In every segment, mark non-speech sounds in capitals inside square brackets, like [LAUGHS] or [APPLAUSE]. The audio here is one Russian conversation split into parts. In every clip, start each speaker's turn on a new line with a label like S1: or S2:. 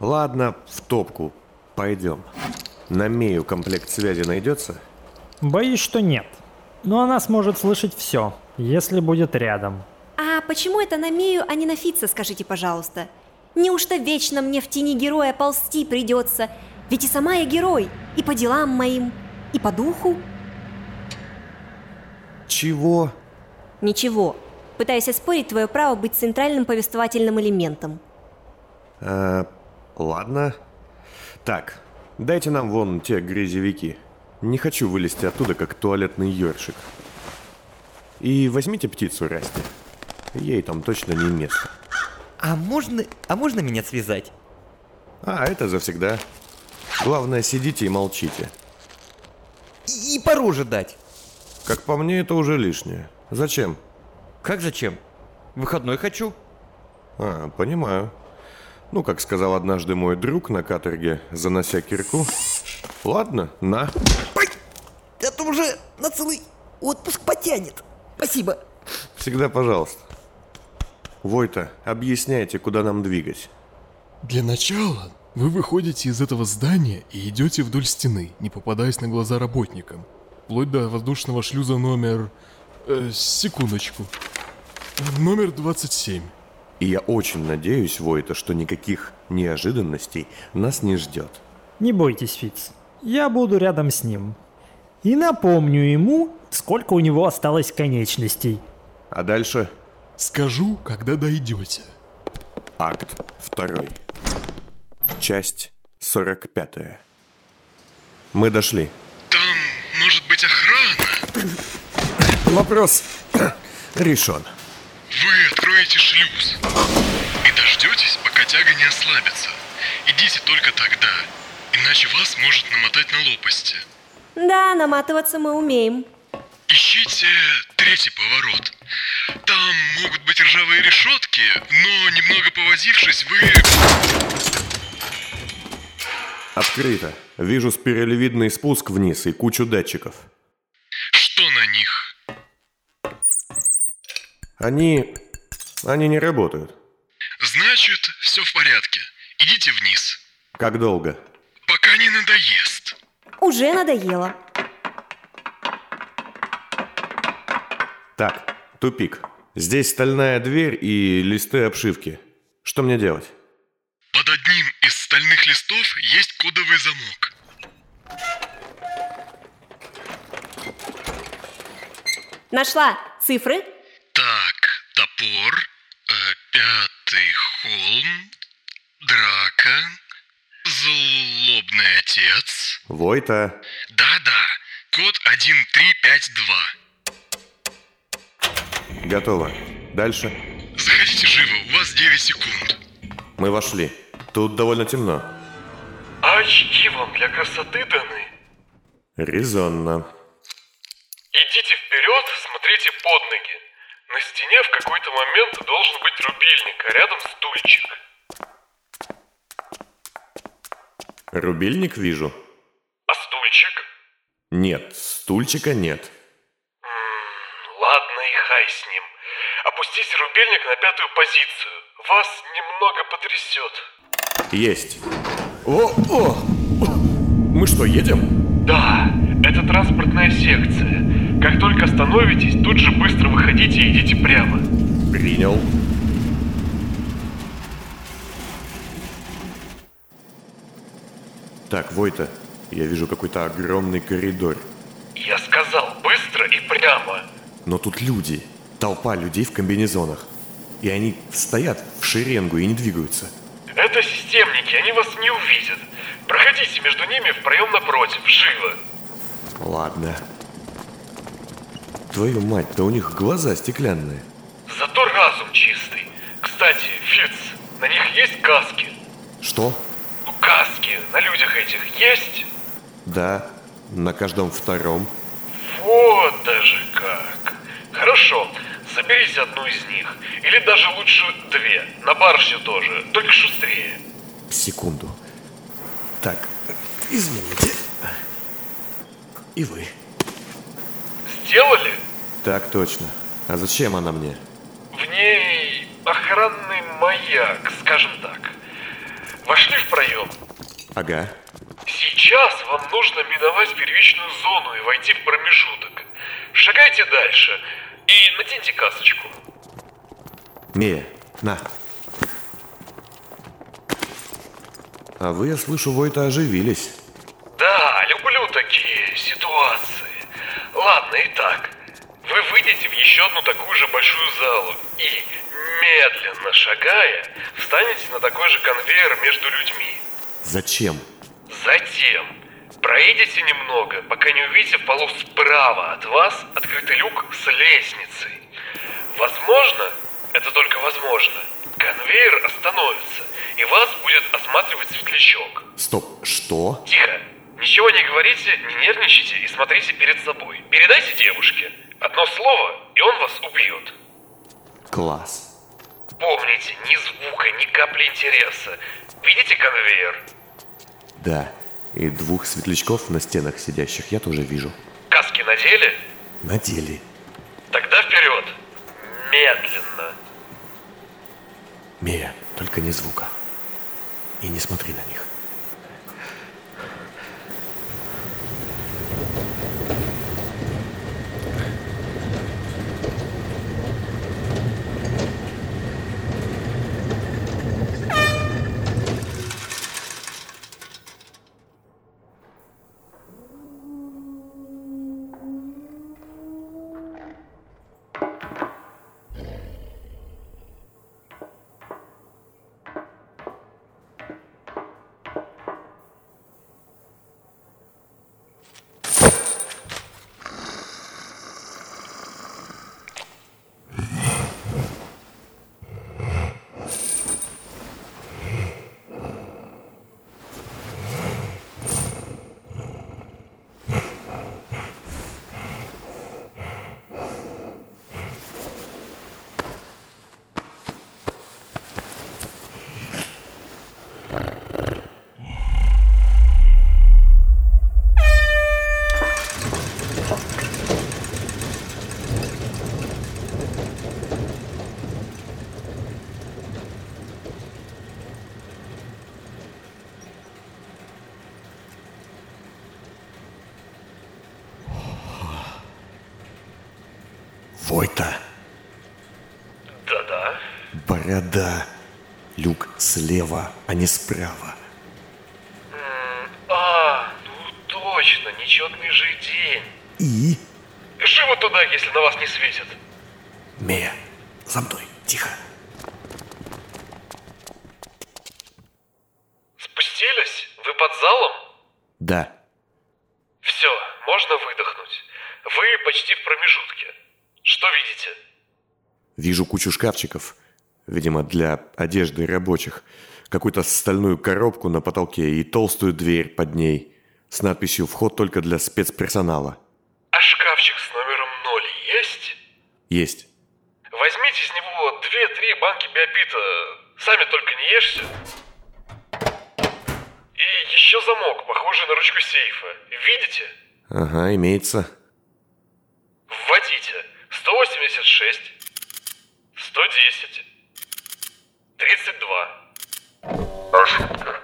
S1: Ладно, в топку. Пойдем. На Мею комплект связи найдется?
S2: Боюсь, что нет. Но она сможет слышать все, если будет рядом.
S3: А почему это на Мею, а не на Фитца, скажите, пожалуйста? Неужто вечно мне в тени героя ползти придется? Ведь и сама я герой, и по делам моим, и по духу.
S1: Чего?
S3: Ничего, пытаюсь оспорить твое право быть центральным повествовательным элементом.
S1: Э, ладно. Так, дайте нам вон те грязевики. Не хочу вылезти оттуда, как туалетный ёршик. И возьмите птицу Расти. Ей там точно не место.
S4: А можно, а можно меня связать?
S1: А, это завсегда. Главное, сидите и молчите.
S4: И, и по роже дать.
S1: Как по мне, это уже лишнее. Зачем?
S4: Как зачем? Выходной хочу.
S1: А, понимаю. Ну, как сказал однажды мой друг на каторге, занося кирку. Ладно, на.
S4: Ой, это уже на целый отпуск потянет. Спасибо.
S1: Всегда пожалуйста. Войта, объясняйте, куда нам двигать.
S5: Для начала вы выходите из этого здания и идете вдоль стены, не попадаясь на глаза работникам. Вплоть до воздушного шлюза номер... э, секундочку. Номер 27.
S1: И я очень надеюсь, Войта, что никаких неожиданностей нас не ждет.
S2: Не бойтесь, Фиц. Я буду рядом с ним. И напомню ему, сколько у него осталось конечностей.
S1: А дальше
S5: Скажу, когда дойдете.
S1: акт второй. Часть 45. Мы дошли.
S6: Там может быть охрана?
S1: Вопрос решен.
S6: Вы откроете шлюз и дождетесь, пока тяга не ослабится. Идите только тогда, иначе вас может намотать на лопасти.
S3: Да, наматываться мы умеем.
S6: Ищите третий поворот. Там могут быть ржавые решетки, но немного повозившись, вы...
S1: Открыто. Вижу спиралевидный спуск вниз и кучу датчиков.
S6: Что на них?
S1: Они... Они не работают.
S6: Значит, все в порядке. Идите вниз,
S1: Как долго?
S6: пока не надоест.
S3: Уже надоело.
S1: Так, тупик. Здесь стальная дверь и листы обшивки. Что мне делать?
S6: Под одним из стальных листов есть кодовый замок.
S3: Нашла цифры.
S6: Так, топор, э, пятый холм, драка, злобный отец.
S1: Войта.
S6: Да-да, код 1352.
S1: Готово. Дальше.
S6: Заходите живо, у вас 9 секунд.
S1: Мы вошли. Тут довольно темно.
S7: А очки вам для красоты даны.
S1: Резонно.
S7: Идите вперед, смотрите под ноги. На стене в какой-то момент должен быть рубильник, а рядом стульчик.
S1: Рубильник вижу.
S7: А стульчик?
S1: Нет, стульчика нет.
S7: Ну Ладно, и хай с ним. Опустите рубильник на пятую позицию. Вас немного потрясет.
S1: Есть. О, о! Мы что, едем?
S7: Да, это транспортная секция. Как только остановитесь, тут же быстро выходите и идите прямо.
S1: Принял. Так, Войта, я вижу какой-то огромный коридор.
S7: Я сказал быстро и прямо.
S1: Но тут люди. Толпа людей в комбинезонах. И они стоят в шеренгу и не двигаются.
S7: Это системники, они вас не увидят. Проходите между ними в проем напротив, живо.
S1: Ладно. Твою мать, да у них глаза стеклянные.
S7: Зато разум чистый. Кстати, Фиц, на них есть каски?
S1: Что?
S7: Ну, каски на людях этих есть?
S1: Да, на каждом втором.
S7: Вот даже как. Хорошо, соберите одну из них. Или даже лучше две. На барышню тоже, только шустрее.
S1: Секунду. Так, извините. И вы.
S7: Сделали?
S1: Так точно. А зачем она мне?
S7: В ней охранный маяк, скажем так. Вошли в проем.
S1: Ага.
S7: Сейчас вам нужно миновать первичную зону и войти в промежуток. Шагайте дальше и наденьте касочку.
S1: Мия, на. А вы, я слышу, Войта оживились.
S7: Да, люблю такие ситуации. Ладно, итак. Вы выйдете в еще одну такую же большую залу и, медленно шагая, встанете на такой же конвейер между людьми.
S1: Зачем?
S7: Затем проедете немного, пока не увидите в полу справа от вас открытый люк с лестницей. Возможно, это только возможно, конвейер остановится, и вас будет осматривать светлячок.
S1: Стоп, что?
S7: Тихо. Ничего не говорите, не нервничайте и смотрите перед собой. Передайте девушке. Одно слово, и он вас убьет.
S1: Класс.
S7: Помните, ни звука, ни капли интереса. Видите конвейер?
S1: Да, и двух светлячков на стенах сидящих я тоже вижу.
S7: Каски надели?
S1: На деле.
S7: Тогда вперед. Медленно.
S1: Мия, только не звука. И не смотри на них. Войта,
S7: Да-да.
S1: борода. Люк слева, а не справа.
S7: А, ну точно, нечетный же день.
S1: И...
S7: Живо туда, если на вас не светит.
S1: Мия, за мной, тихо.
S7: Спустились? Вы под залом?
S1: Да,
S7: Все, можно выдохнуть. Вы почти в промежутке. Что видите?
S1: вижу кучу шкафчиков. Видимо, для одежды рабочих. Какую-то стальную коробку на потолке и толстую дверь под ней. С надписью «Вход только для спецперсонала».
S7: А шкафчик с номером 0 есть?
S1: Есть.
S7: Возьмите из него 2-3 банки биопита. Сами только не ешьте. И еще замок, похожий на ручку сейфа. Видите?
S1: Ага, имеется.
S7: Вводите. 186. 110. 32. Ошибка.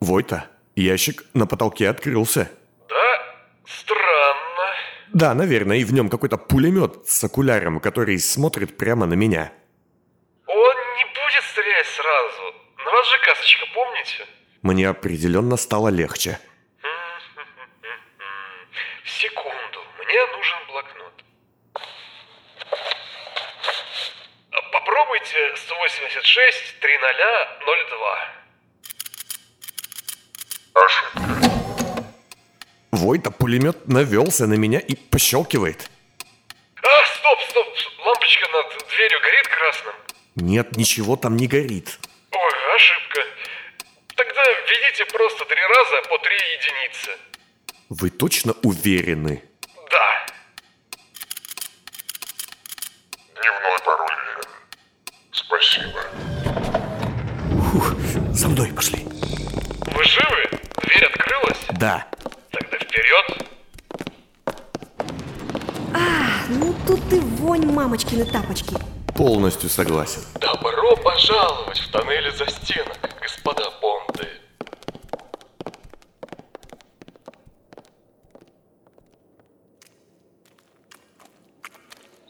S1: Войта, ящик на потолке открылся.
S7: Да? Странно.
S1: Да, наверное, и в нем какой-то пулемет с окуляром, который смотрит прямо на меня.
S7: Он не будет стрелять сразу. На вас же касочка, помните? [LAUGHS]
S1: Мне определенно стало легче.
S7: Секунду, мне нужен блокнот. А Попробуйте 186 30 02.
S1: Войта пулемет навелся на меня и пощелкивает.
S7: А, стоп, стоп, лампочка над дверью горит красным.
S1: Нет, ничего там не горит.
S7: Ой, ошибка. Тогда введите просто три раза по три единицы.
S1: Вы точно уверены?
S7: Да.
S6: Дневной пароль верен. Спасибо.
S1: За мной пошли.
S7: Вы живы? Дверь открылась?
S1: Да.
S7: Тогда вперед.
S3: Ну тут и вонь мамочкины тапочки.
S1: Полностью согласен.
S6: Добро пожаловать.
S7: пожаловать в тоннели за стенок, господа Бонды.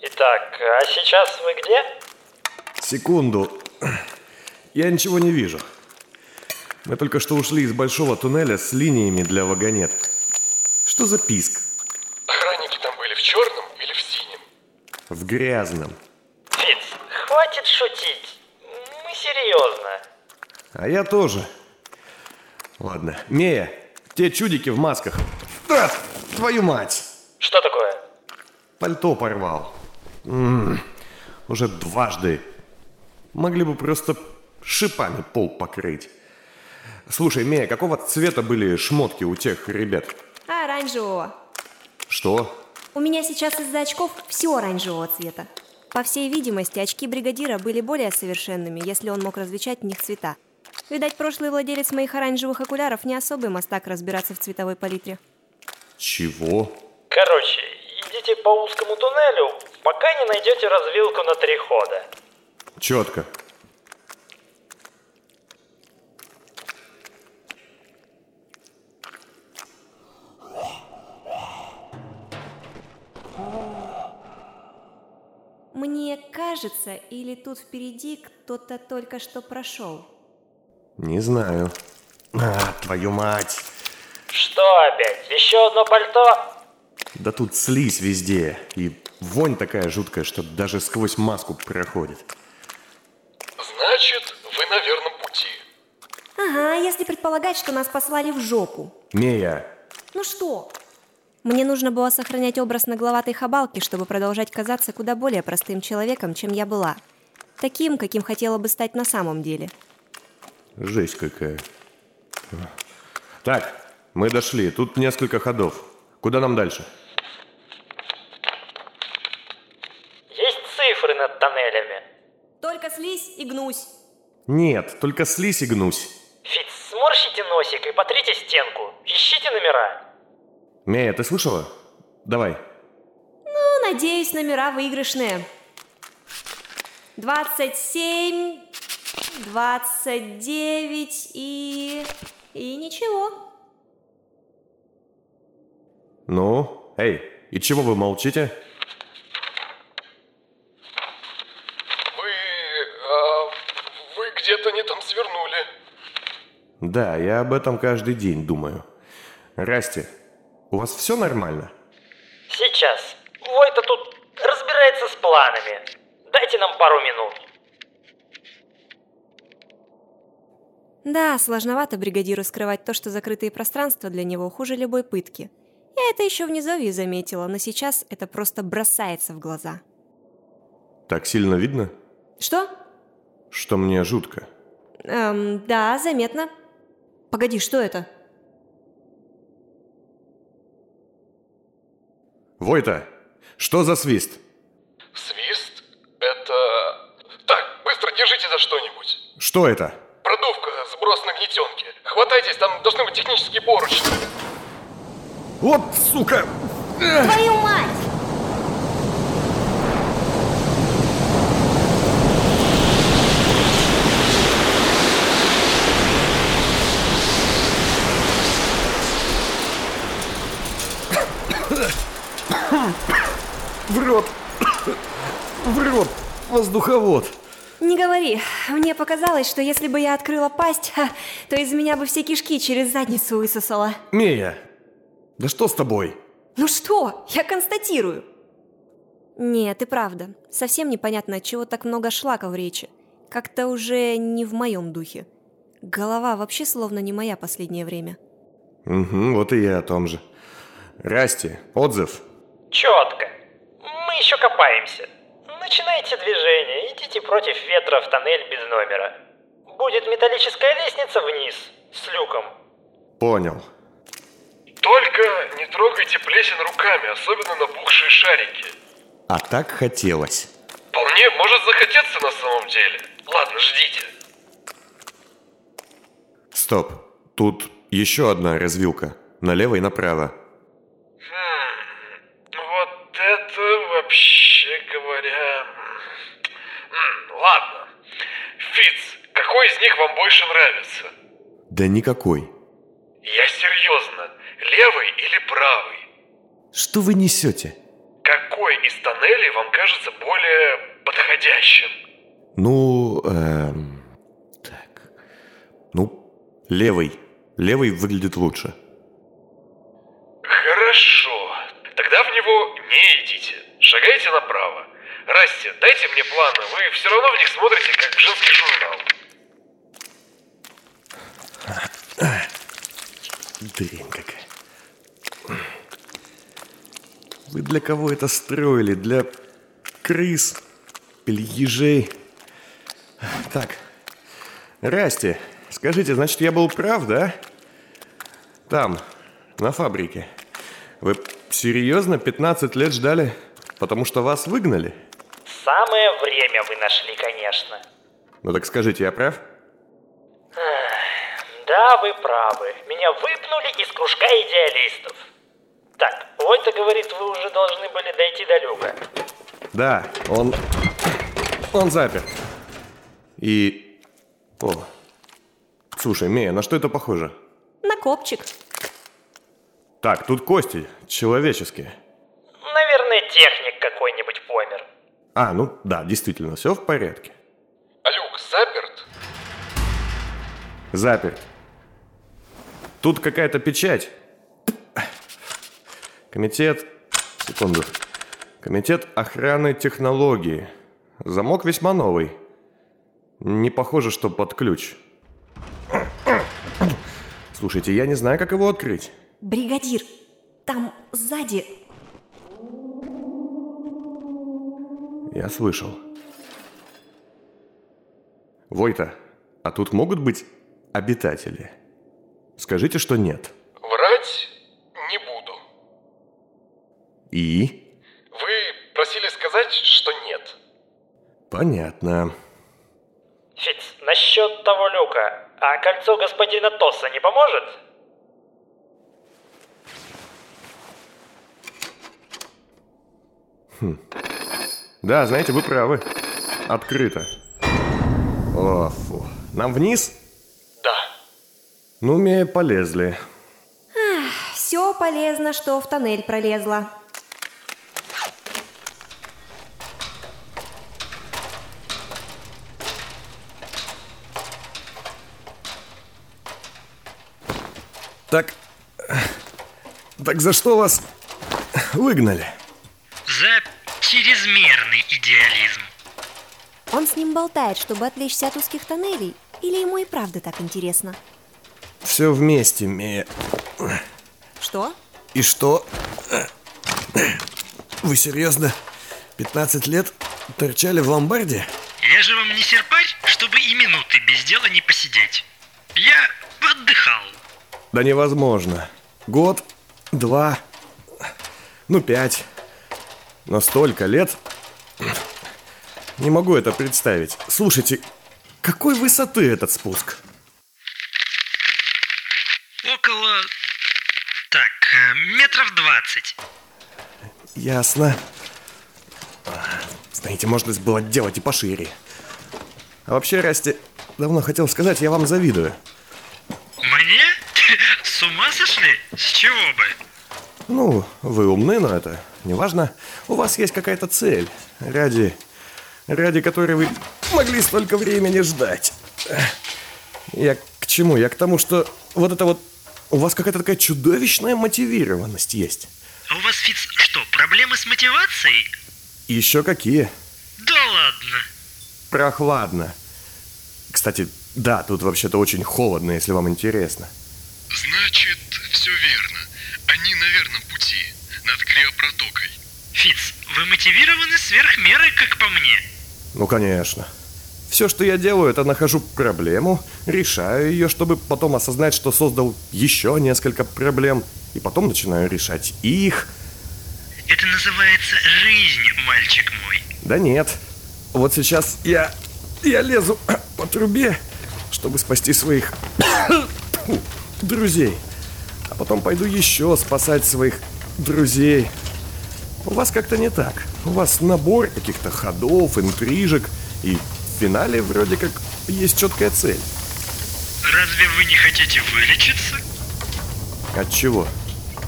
S8: Итак, а сейчас вы где?
S1: Секунду. Я ничего не вижу. Мы только что ушли из большого туннеля с линиями для вагонет. Что за писк?
S7: Охранники там были в черном или в синем?
S1: В грязном.
S8: Фиц, хватит шутить. Мы серьезно.
S1: А я тоже. Ладно. Мея, те чудики в масках. Да, твою мать!
S8: Что такое?
S1: Пальто порвал. М, уже дважды. Могли бы просто шипами пол покрыть. Слушай, Мея, какого цвета были шмотки у тех ребят?
S3: А оранжевого.
S1: Что?
S3: У меня сейчас из-за очков все оранжевого цвета. По всей видимости, очки бригадира были более совершенными, если он мог различать в них цвета. Видать, прошлый владелец моих оранжевых окуляров не особый мастак разбираться в цветовой палитре.
S1: Чего?
S8: Короче, идите по узкому туннелю, пока не найдете развилку на три хода.
S1: Четко.
S3: Мне кажется, или тут впереди кто-то только что прошел.
S1: Не знаю. А, твою мать!
S8: Что опять? Еще одно пальто?
S1: Да тут слизь везде, и вонь такая жуткая, что даже сквозь маску проходит.
S7: Значит, вы на верном пути.
S3: Ага, если предполагать, что нас послали в жопу.
S1: Мея,
S3: Ну что? Мне нужно было сохранять образ нагловатой хабалки, чтобы продолжать казаться куда более простым человеком, чем я была. Таким, каким хотела бы стать на самом деле.
S1: жесть какая. Так, мы дошли, тут несколько ходов. Куда нам дальше?
S8: Есть цифры над тоннелями.
S3: Только слизь и гнусь.
S1: Нет, только слизь и гнусь.
S8: Фиц, сморщите носик и потрите стенку. Ищите номера.
S1: Мея, ты слышала? Давай.
S3: Ну, надеюсь, номера выигрышные. 27, 29 и... И ничего.
S1: Ну, эй, и чего вы молчите?
S7: Вы... а, вы где-то не там свернули.
S1: Да, я об этом каждый день думаю. Расти, у вас все нормально?
S8: Сейчас. Войта тут разбирается с планами. Дайте нам пару минут.
S3: Да, сложновато бригадиру скрывать то, что закрытые пространства для него хуже любой пытки. Я это еще в низовье заметила, но сейчас это просто бросается в глаза.
S1: Так сильно видно,
S3: Что?
S1: что мне жутко.
S3: Эм, да, заметно. Погоди, что это?
S1: Войта, что за свист?
S7: Свист? Это... Так, быстро держите за что-нибудь.
S1: Что это?
S7: Продувка, сброс нагнетенки. Хватайтесь, там должны быть технические поручни.
S1: Вот, сука!
S3: Твою мать!
S1: В рот! В рот! Воздуховод!
S3: Не говори. Мне показалось, что если бы я открыла пасть, ха, то из меня бы все кишки через задницу высосала.
S1: Мия! Да что с тобой?
S3: Ну что? Я констатирую. Нет, и правда. Совсем непонятно, от чего так много шлака в речи. Как-то уже не в моем духе. Голова вообще словно не моя последнее время.
S1: Угу, вот и я о том же. Расти, отзыв.
S8: Четко. Мы еще копаемся. Начинайте движение, идите против ветра в тоннель без номера. Будет металлическая лестница вниз, с люком.
S1: Понял.
S7: Только не трогайте плесень руками, особенно набухшие шарики.
S1: А так хотелось.
S7: Вполне может захотеться на самом деле. Ладно, ждите.
S1: Стоп. Тут еще одна развилка. Налево и направо.
S7: Вот это вообще говоря... м, м, Ладно. Фиц, больше нравится?
S1: Да никакой.
S7: Я серьезно, левый или правый?
S1: Что вы несете?
S7: Какой из тоннелей вам кажется более подходящим?
S1: Ну, эм, так. Ну, левый. Левый выглядит лучше.
S7: Хорошо. Тогда в него не идите. Шагайте направо. Расти, дайте мне планы, вы все равно в них смотрите, как в женский журнал.
S1: Дрянь какая. Вы для кого это строили? Для крыс или ежей? Так, Расти, скажите, значит, я был прав, да? Там, на фабрике. Вы серьезно 15 лет ждали, потому что вас выгнали?
S8: Самое время вы нашли, конечно.
S1: Ну так скажите, я прав?
S8: Да, вы правы. Меня выпнули из кружка идеалистов. Так, Войта говорит, вы уже должны были дойти до люка.
S1: Да, он... Он заперт. И... О. Слушай, Мия, на что это похоже?
S3: На копчик.
S1: Так, тут кости человеческие.
S8: Наверное, техник какой-нибудь помер.
S1: А, ну да, действительно, все в порядке.
S7: А люк заперт?
S1: Заперт. Тут какая-то печать. Комитет... Секунду. Комитет охраны технологии. Замок весьма новый. Не похоже, что под ключ. Слушайте, я не знаю, как его открыть.
S3: Бригадир, там сзади
S1: Я слышал. Войта, а тут могут быть обитатели? Скажите, что нет.
S7: Врать не буду.
S1: И?
S7: Вы просили сказать, что нет.
S1: Понятно.
S8: Фиц, насчет того люка. А кольцо господина Тоса не поможет?
S1: Да, знаете, вы правы. Открыто. О, фу. Нам вниз?
S7: Да.
S1: Ну, мы полезли.
S3: все полезно, что в тоннель пролезла.
S1: Так... Так за что вас выгнали?
S9: За чрезмерный идеализм.
S3: Он с ним болтает, чтобы отвлечься от узких тоннелей. Или ему и правда так интересно?
S1: Все вместе, Мия.
S3: Что?
S4: И что? Вы серьезно? 15 лет торчали в ломбарде?
S9: Я же вам не серпарь, чтобы и минуты без дела не посидеть. Я отдыхал.
S1: Да невозможно. Год, два, ну пять. Но столько лет. Не могу это представить. Слушайте, какой высоты этот спуск?
S9: Около... Так, э, метров двадцать.
S1: Ясно. Знаете, можно было делать и пошире. А вообще, Расти, давно хотел сказать, я вам завидую.
S9: Мне? [LAUGHS] С ума сошли? С чего бы?
S1: Ну, вы умны, но это неважно. У вас есть какая-то цель, ради... ради которой вы могли столько времени ждать. Эх, Я к чему? Я к тому, что вот это вот... У вас какая-то такая чудовищная мотивированность есть.
S9: А у вас, Фиц, что, проблемы с мотивацией?
S1: Еще какие?
S9: Да ладно.
S1: Прохладно. Кстати, да, тут вообще-то очень холодно, если вам интересно.
S6: Значит, все верно. Они на верном пути, над Криопротокой.
S9: Фиц, вы мотивированы сверх меры, как по мне.
S1: Ну, конечно. Все, что я делаю, это нахожу проблему, решаю ее, чтобы потом осознать, что создал еще несколько проблем, и потом начинаю решать их.
S9: Это называется жизнь, мальчик мой.
S1: Да нет. Вот сейчас я... я лезу [COUGHS] по трубе, чтобы спасти своих [COUGHS] друзей. А потом пойду еще спасать своих друзей. У вас как-то не так. У вас набор каких-то ходов, интрижек, и в финале вроде как есть четкая цель.
S9: Разве вы не хотите вылечиться?
S1: От чего?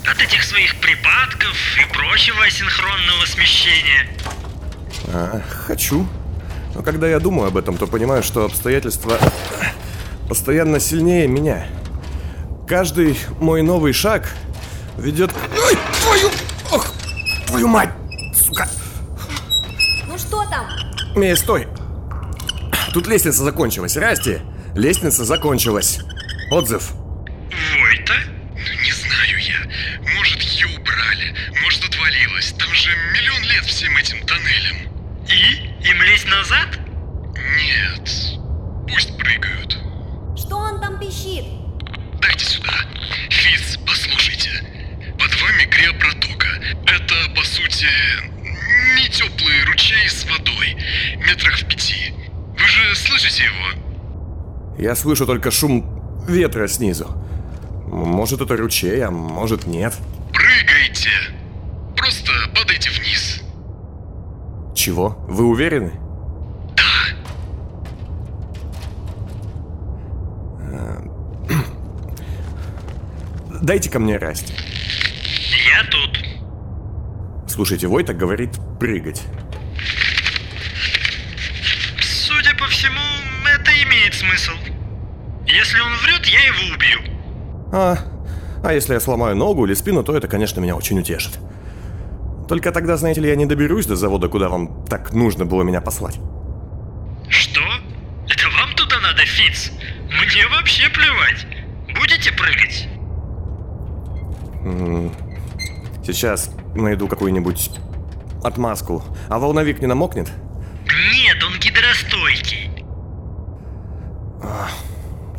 S9: От этих своих припадков и прочего асинхронного смещения.
S1: А, хочу. Но когда я думаю об этом, то понимаю, что обстоятельства постоянно сильнее меня. Каждый мой новый шаг ведет... к- Ой, твою... Ох, твою мать! Сука!
S3: Ну что там?
S1: Мия, стой! Тут лестница закончилась. Расти, лестница закончилась. Отзыв.
S6: Войта? Ну, не знаю я. Может, ее убрали, может, отвалилась. Там же миллион лет всем этим тоннелям.
S9: И? Им лезть назад?
S6: Нет. Пусть прыгают.
S3: Что он там пищит?
S6: Дайте сюда. Фиц, послушайте. Под вами криопротока. Это, по сути, не теплый ручей с водой. Метрах в пяти. Вы же слышите его?
S1: Я слышу только шум ветра снизу. Может, это ручей, а может, нет.
S6: Прыгайте. Просто падайте вниз.
S1: Чего? Вы уверены? [CLEARS THROAT] Да. Дайте ко мне расть.
S9: Я тут.
S1: Слушайте, Войта говорит прыгать.
S9: Судя по всему, это имеет смысл. Если он врет, я его убью.
S1: А, а если я сломаю ногу или спину, то это, конечно, меня очень утешит. Только тогда, знаете ли, я не доберусь до завода, куда вам так нужно было меня послать.
S9: Что? Это вам туда надо, Фиц? Мне вообще плевать. Будете прыгать?
S1: Сейчас найду какую-нибудь отмазку. А волновик не намокнет?
S9: Нет, он гидростойкий.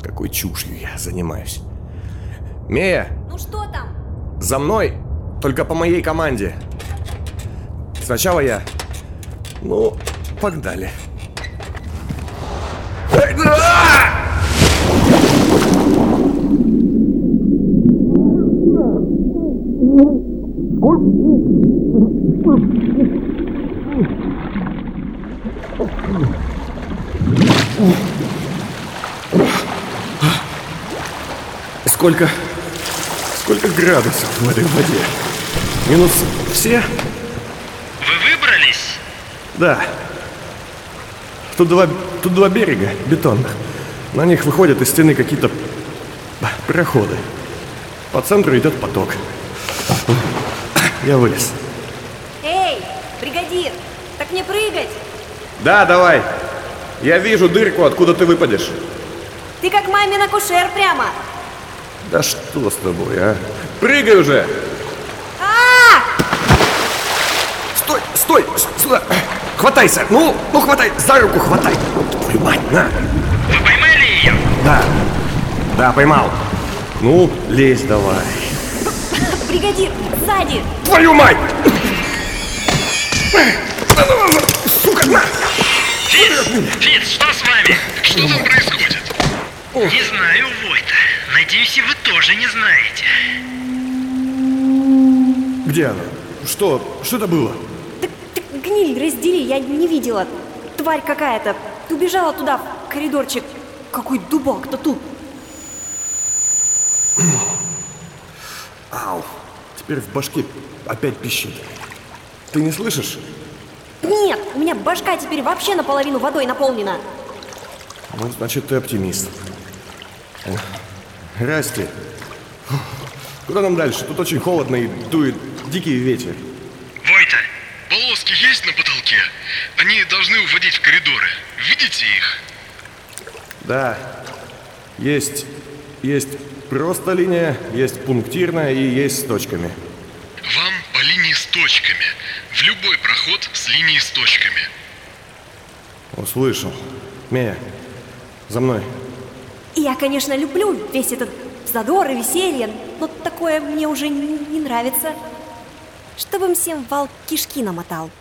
S1: Какой чушью я занимаюсь. Мия,
S3: Ну что там?
S1: за мной, только по моей команде. Сначала я. Ну, погнали. Эй, а! Сколько? Сколько градусов в этой воде? Минус все?
S9: Вы выбрались?
S1: Да. Тут два, тут два берега бетонных. На них выходят из стены какие-то проходы. По центру идет поток. Я вылез.
S3: Эй, бригадир, так не прыгать!
S1: Да, давай. Я вижу дырку, откуда ты выпадешь.
S3: Ты как мамин акушер прямо!
S1: Да что с тобой, а? Прыгай уже! Стой, стой, с- сюда. Хватайся, ну, ну хватай, за руку хватай. Твою мать, на.
S9: Вы поймали ее?
S1: Да, да, поймал. Ну, лезь давай.
S3: Бригадир, сзади!
S1: Твою мать! Сука, на!
S9: Фиц! Фиц, что с вами?
S6: Что там происходит?
S9: Не знаю, Войта. Надеюсь, и вы тоже не знаете.
S1: Где она? Что? Что это было?
S3: Так, так гниль раздели, я не видела. Тварь какая-то. Ты убежала туда, в коридорчик. Какой дубак-то тут.
S1: Ау. Теперь в башке опять пищит. Ты не слышишь?
S3: Нет, у меня башка теперь вообще наполовину водой наполнена.
S1: Ну, значит, ты оптимист. Расти. Куда нам дальше? Тут очень холодно и дует дикий ветер.
S9: Войта,
S6: Полоски есть на потолке? Они должны уводить в коридоры. Видите их?
S1: Да. Есть... Есть просто линия, есть пунктирная и есть с точками.
S6: Вам по линии с точками. В любой проход с линией с точками.
S1: Услышал. Мия, за мной.
S3: И я, конечно, люблю весь этот задор и веселье, но такое мне уже не, не нравится. Чтобы им всем вал кишки намотал.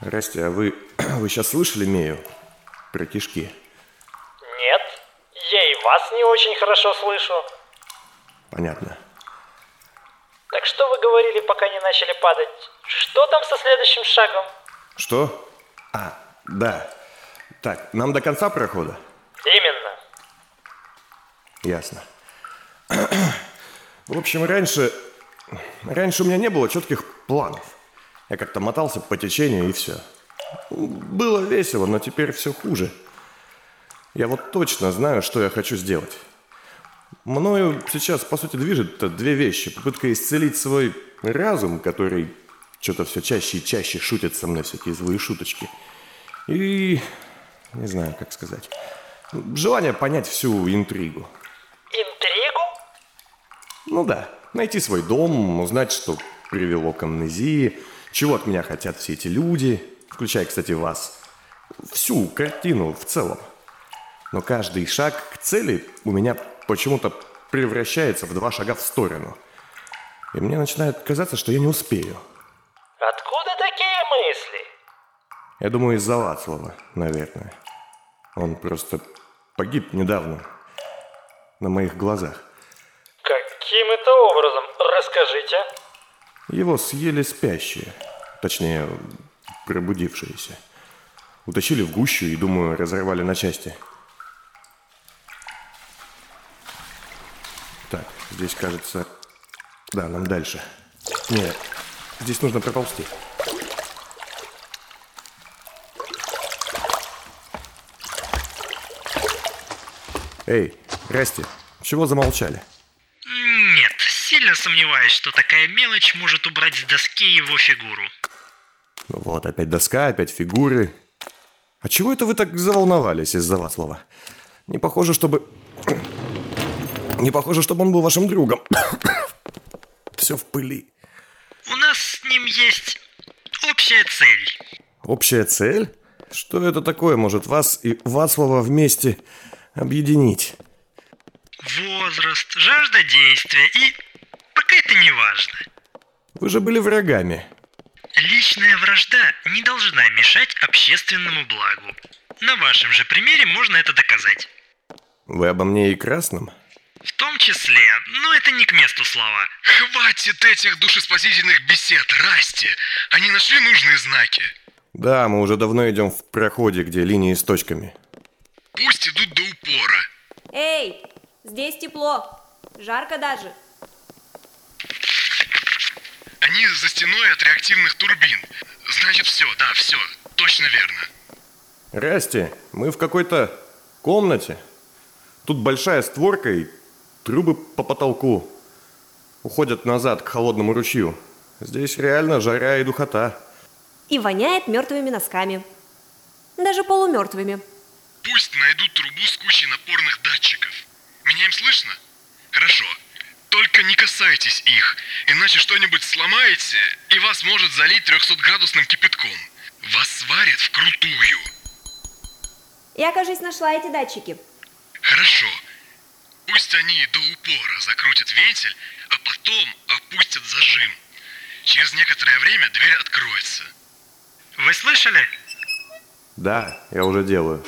S1: Расти, а вы, [CLEARS THROAT] вы сейчас слышали Мею? Про кишки.
S8: Нет, я и вас не очень хорошо слышу.
S1: Понятно.
S8: Так что вы говорили, пока не начали падать? Что там со следующим шагом?
S1: Что? А, да. Так, нам до конца прохода?
S8: Именно.
S1: Ясно. В общем, раньше... Раньше у меня не было четких планов. Я как-то мотался по течению и все. Было весело, но теперь все хуже. Я вот точно знаю, что я хочу сделать. Мною сейчас, по сути, движет две вещи. Попытка исцелить свой разум, который что-то все чаще и чаще шутит со мной всякие злые шуточки. И... не знаю, как сказать. Желание понять всю интригу.
S8: Интригу?
S1: Ну да, найти свой дом, узнать, что привело к амнезии, чего от меня хотят все эти люди, включая, кстати, вас. Всю картину в целом. Но каждый шаг к цели у меня почему-то превращается в два шага в сторону. И мне начинает казаться, что я не успею.
S8: Откуда такие мысли?
S1: Я думаю, из-за Вацлава, наверное. Он просто погиб недавно. На моих глазах.
S8: Каким это образом? Расскажите.
S1: Его съели спящие. Точнее, пробудившиеся. Утащили в гущу и, думаю, разорвали на части. Так, здесь, кажется... Да, нам дальше. Нет, здесь нужно проползти. Эй, Расти, чего замолчали?
S9: Нет, сильно сомневаюсь, что такая мелочь может убрать с доски его фигуру.
S1: Ну Вот, опять доска, опять фигуры. А чего это вы так заволновались из-за вас, слова? Не похоже, чтобы... Не похоже, чтобы он был вашим другом. [COUGHS] Все в пыли.
S9: У нас с ним есть общая цель.
S1: Общая цель? Что это такое может вас и Вацлава вместе объединить?
S9: Возраст, жажда действия и... Пока это не важно.
S1: Вы же были врагами.
S9: Личная вражда не должна мешать общественному благу. На вашем же примере можно это доказать.
S1: Вы обо мне и красном?
S9: В том числе, но это не к месту слова.
S6: Хватит этих душеспасительных бесед, Расти! Они нашли нужные знаки.
S1: Да, мы уже давно идем в проходе, где линии с точками.
S6: Пусть идут до упора.
S3: Эй, здесь тепло. Жарко даже.
S6: Они за стеной от реактивных турбин. Значит, все, да, все. Точно верно.
S1: Расти, мы в какой-то комнате. Тут большая створка и трубы по потолку уходят назад к холодному ручью. Здесь реально жара и духота.
S3: И воняет мертвыми носками. Даже полумертвыми.
S6: Пусть найдут трубу с кучей напорных датчиков. Меня им слышно? Хорошо. Только не касайтесь их, иначе что-нибудь сломаете, и вас может залить 300-градусным кипятком. Вас сварят вкрутую.
S3: Я, кажется, нашла эти датчики.
S6: Хорошо. Пусть они до упора закрутят вентиль, а потом опустят зажим. Через некоторое время дверь откроется.
S9: Вы слышали?
S1: Да, я уже делаю.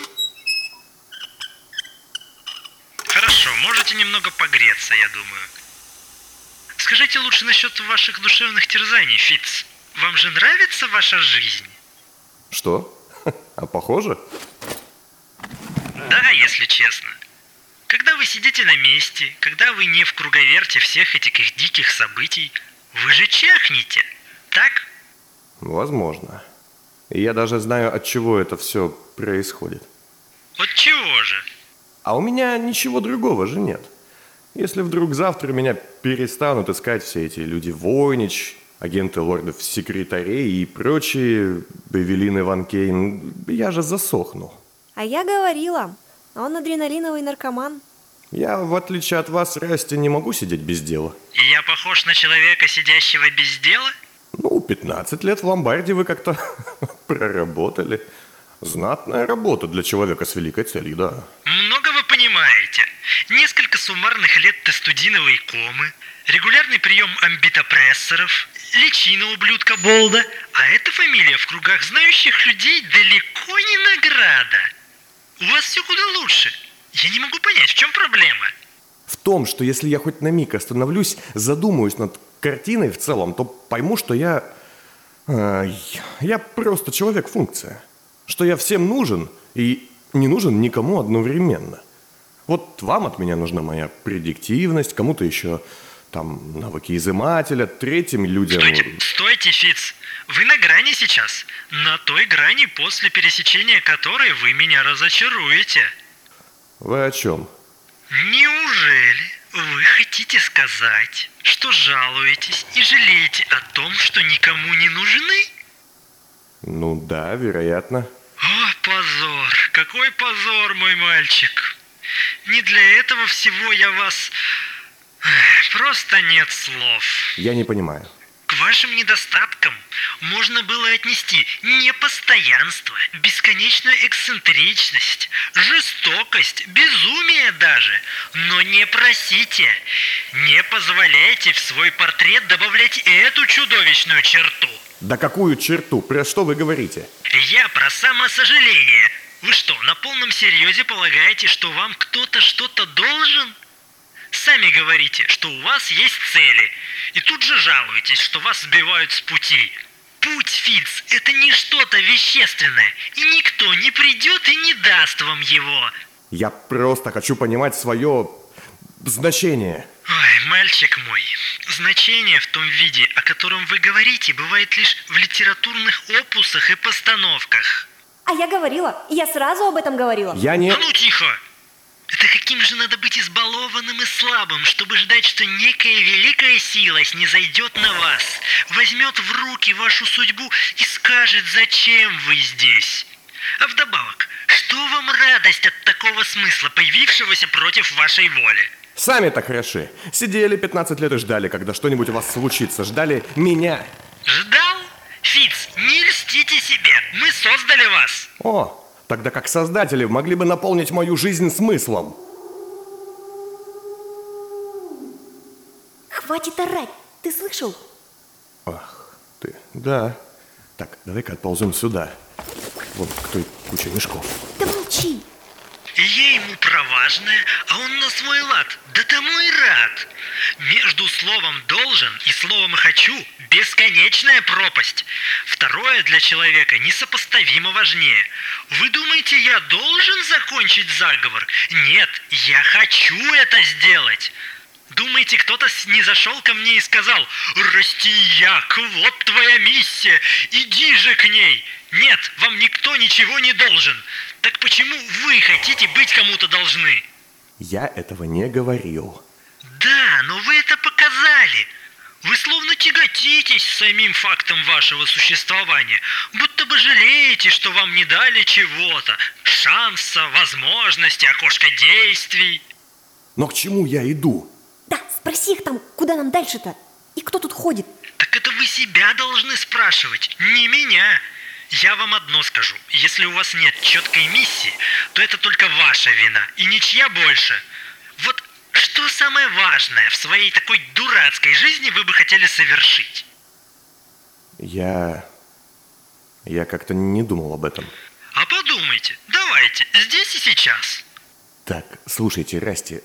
S9: Хорошо, можете немного погреться, я думаю. Скажите лучше насчет ваших душевных терзаний, Фиц. Вам же нравится ваша жизнь?
S1: Что? [LAUGHS] А похоже?
S9: Да, если честно. Когда вы сидите на месте, когда вы не в круговерте всех этих их диких событий, вы же чахнете, так?
S1: Возможно. И я даже знаю, от чего это все происходит.
S9: Вот чего же?
S1: А у меня ничего другого же нет. Если вдруг завтра меня перестанут искать все эти люди Войнич, агенты лордов секретарей и прочие Эвелины Ван Кейн, я же засохну.
S3: А я говорила, он адреналиновый наркоман.
S1: Я, в отличие от вас, Расти, не могу сидеть без дела.
S9: И я похож на человека, сидящего без дела?
S1: Ну, 15 лет в ломбарде вы как-то [LAUGHS] проработали. Знатная работа для человека с великой целью, да.
S9: Много вы понимаете. Несколько суммарных лет тестудиновой комы, регулярный прием амбитопрессоров, личина ублюдка Болда. А эта фамилия в кругах знающих людей далеко не награда. У вас все куда лучше. Я не могу понять, в чем проблема.
S1: В том, что если я хоть на миг остановлюсь, задумаюсь над картиной в целом, то пойму, что я... э, я просто человек-функция. Что я всем нужен и не нужен никому одновременно. Вот вам от меня нужна моя предиктивность, кому-то еще там навыки изымателя, третьим людям...
S9: Стойте, стойте, Фиц. Вы на грани сейчас. На той грани, после пересечения которой вы меня разочаруете.
S1: Вы о чем?
S9: Неужели вы хотите сказать, что жалуетесь и жалеете о том, что никому не нужны?
S1: Ну да, вероятно.
S9: О, позор! Какой позор, мой мальчик! Не для этого всего я вас... Эх, Просто нет слов.
S1: Я не понимаю.
S9: К вашим недостаткам можно было отнести непостоянство, бесконечную эксцентричность, жестокость, безумие даже. Но не просите, не позволяйте в свой портрет добавлять эту чудовищную черту.
S1: Да какую черту? Про что вы говорите?
S9: Я про самосожаление. Вы что, на полном серьезе полагаете, что вам кто-то что-то должен? Сами говорите, что у вас есть цели, и тут же жалуетесь, что вас сбивают с пути. Путь, Фиц, это не что-то вещественное, и никто не придет и не даст вам его.
S1: Я просто хочу понимать свое значение.
S9: Ой, мальчик мой, значение в том виде, о котором вы говорите, бывает лишь в литературных опусах и постановках.
S3: А я говорила, я сразу об этом говорила.
S1: Я не...
S9: А ну тихо! Это каким же надо быть избалованным и слабым, чтобы ждать, что некая великая сила снизойдет на вас, возьмет в руки вашу судьбу и скажет, зачем вы здесь? А вдобавок, что вам радость от такого смысла, появившегося против вашей воли?
S1: Сами-то хороши. Сидели 15 лет и ждали, когда что-нибудь у вас случится. Ждали меня.
S9: Ждал? Фиц, не льстите себе, мы создали вас.
S1: О, тогда как создатели могли бы наполнить мою жизнь смыслом.
S3: Хватит орать, ты слышал?
S1: Ах ты, да. Так, давай-ка отползем сюда. Вон к той куче мешков.
S3: Да молчи.
S9: Я ему про важное, а он на свой лад. Да тому и рад. Между словом «должен» и словом «хочу» бесконечная пропасть. Второе для человека несопоставимо важнее. Вы думаете, я должен закончить заговор? Нет, я хочу это сделать. Думаете, кто-то снизошел ко мне и сказал «Растияк, вот твоя миссия, иди же к ней!» Нет, вам никто ничего не должен. Так почему вы хотите быть кому-то должны?
S1: Я этого не говорил.
S9: Да, но вы это показали. Вы словно тяготитесь самим фактом вашего существования, будто бы жалеете, что вам не дали чего-то, шанса, возможности, окошка действий.
S1: Но к чему я иду?
S3: Да, спроси их там, куда нам дальше-то? И кто тут ходит?
S9: Так это вы себя должны спрашивать, не меня. Я вам одно скажу. Если у вас нет четкой миссии, то это только ваша вина и ничья больше. Вот что самое важное в своей такой дурацкой жизни вы бы хотели совершить?
S1: Я... Я как-то не думал об этом.
S9: А подумайте, давайте, здесь и сейчас.
S1: Так, слушайте, Расти,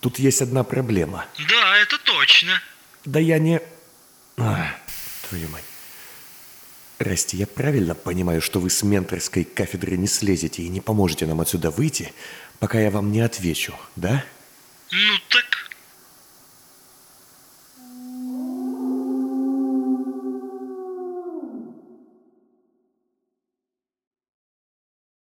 S1: тут есть одна проблема.
S9: Да, это точно.
S1: Да я не... А, твою мать. Расти, я правильно понимаю, что вы с менторской кафедры не слезете и не поможете нам отсюда выйти, пока я вам не отвечу, да?
S9: Ну,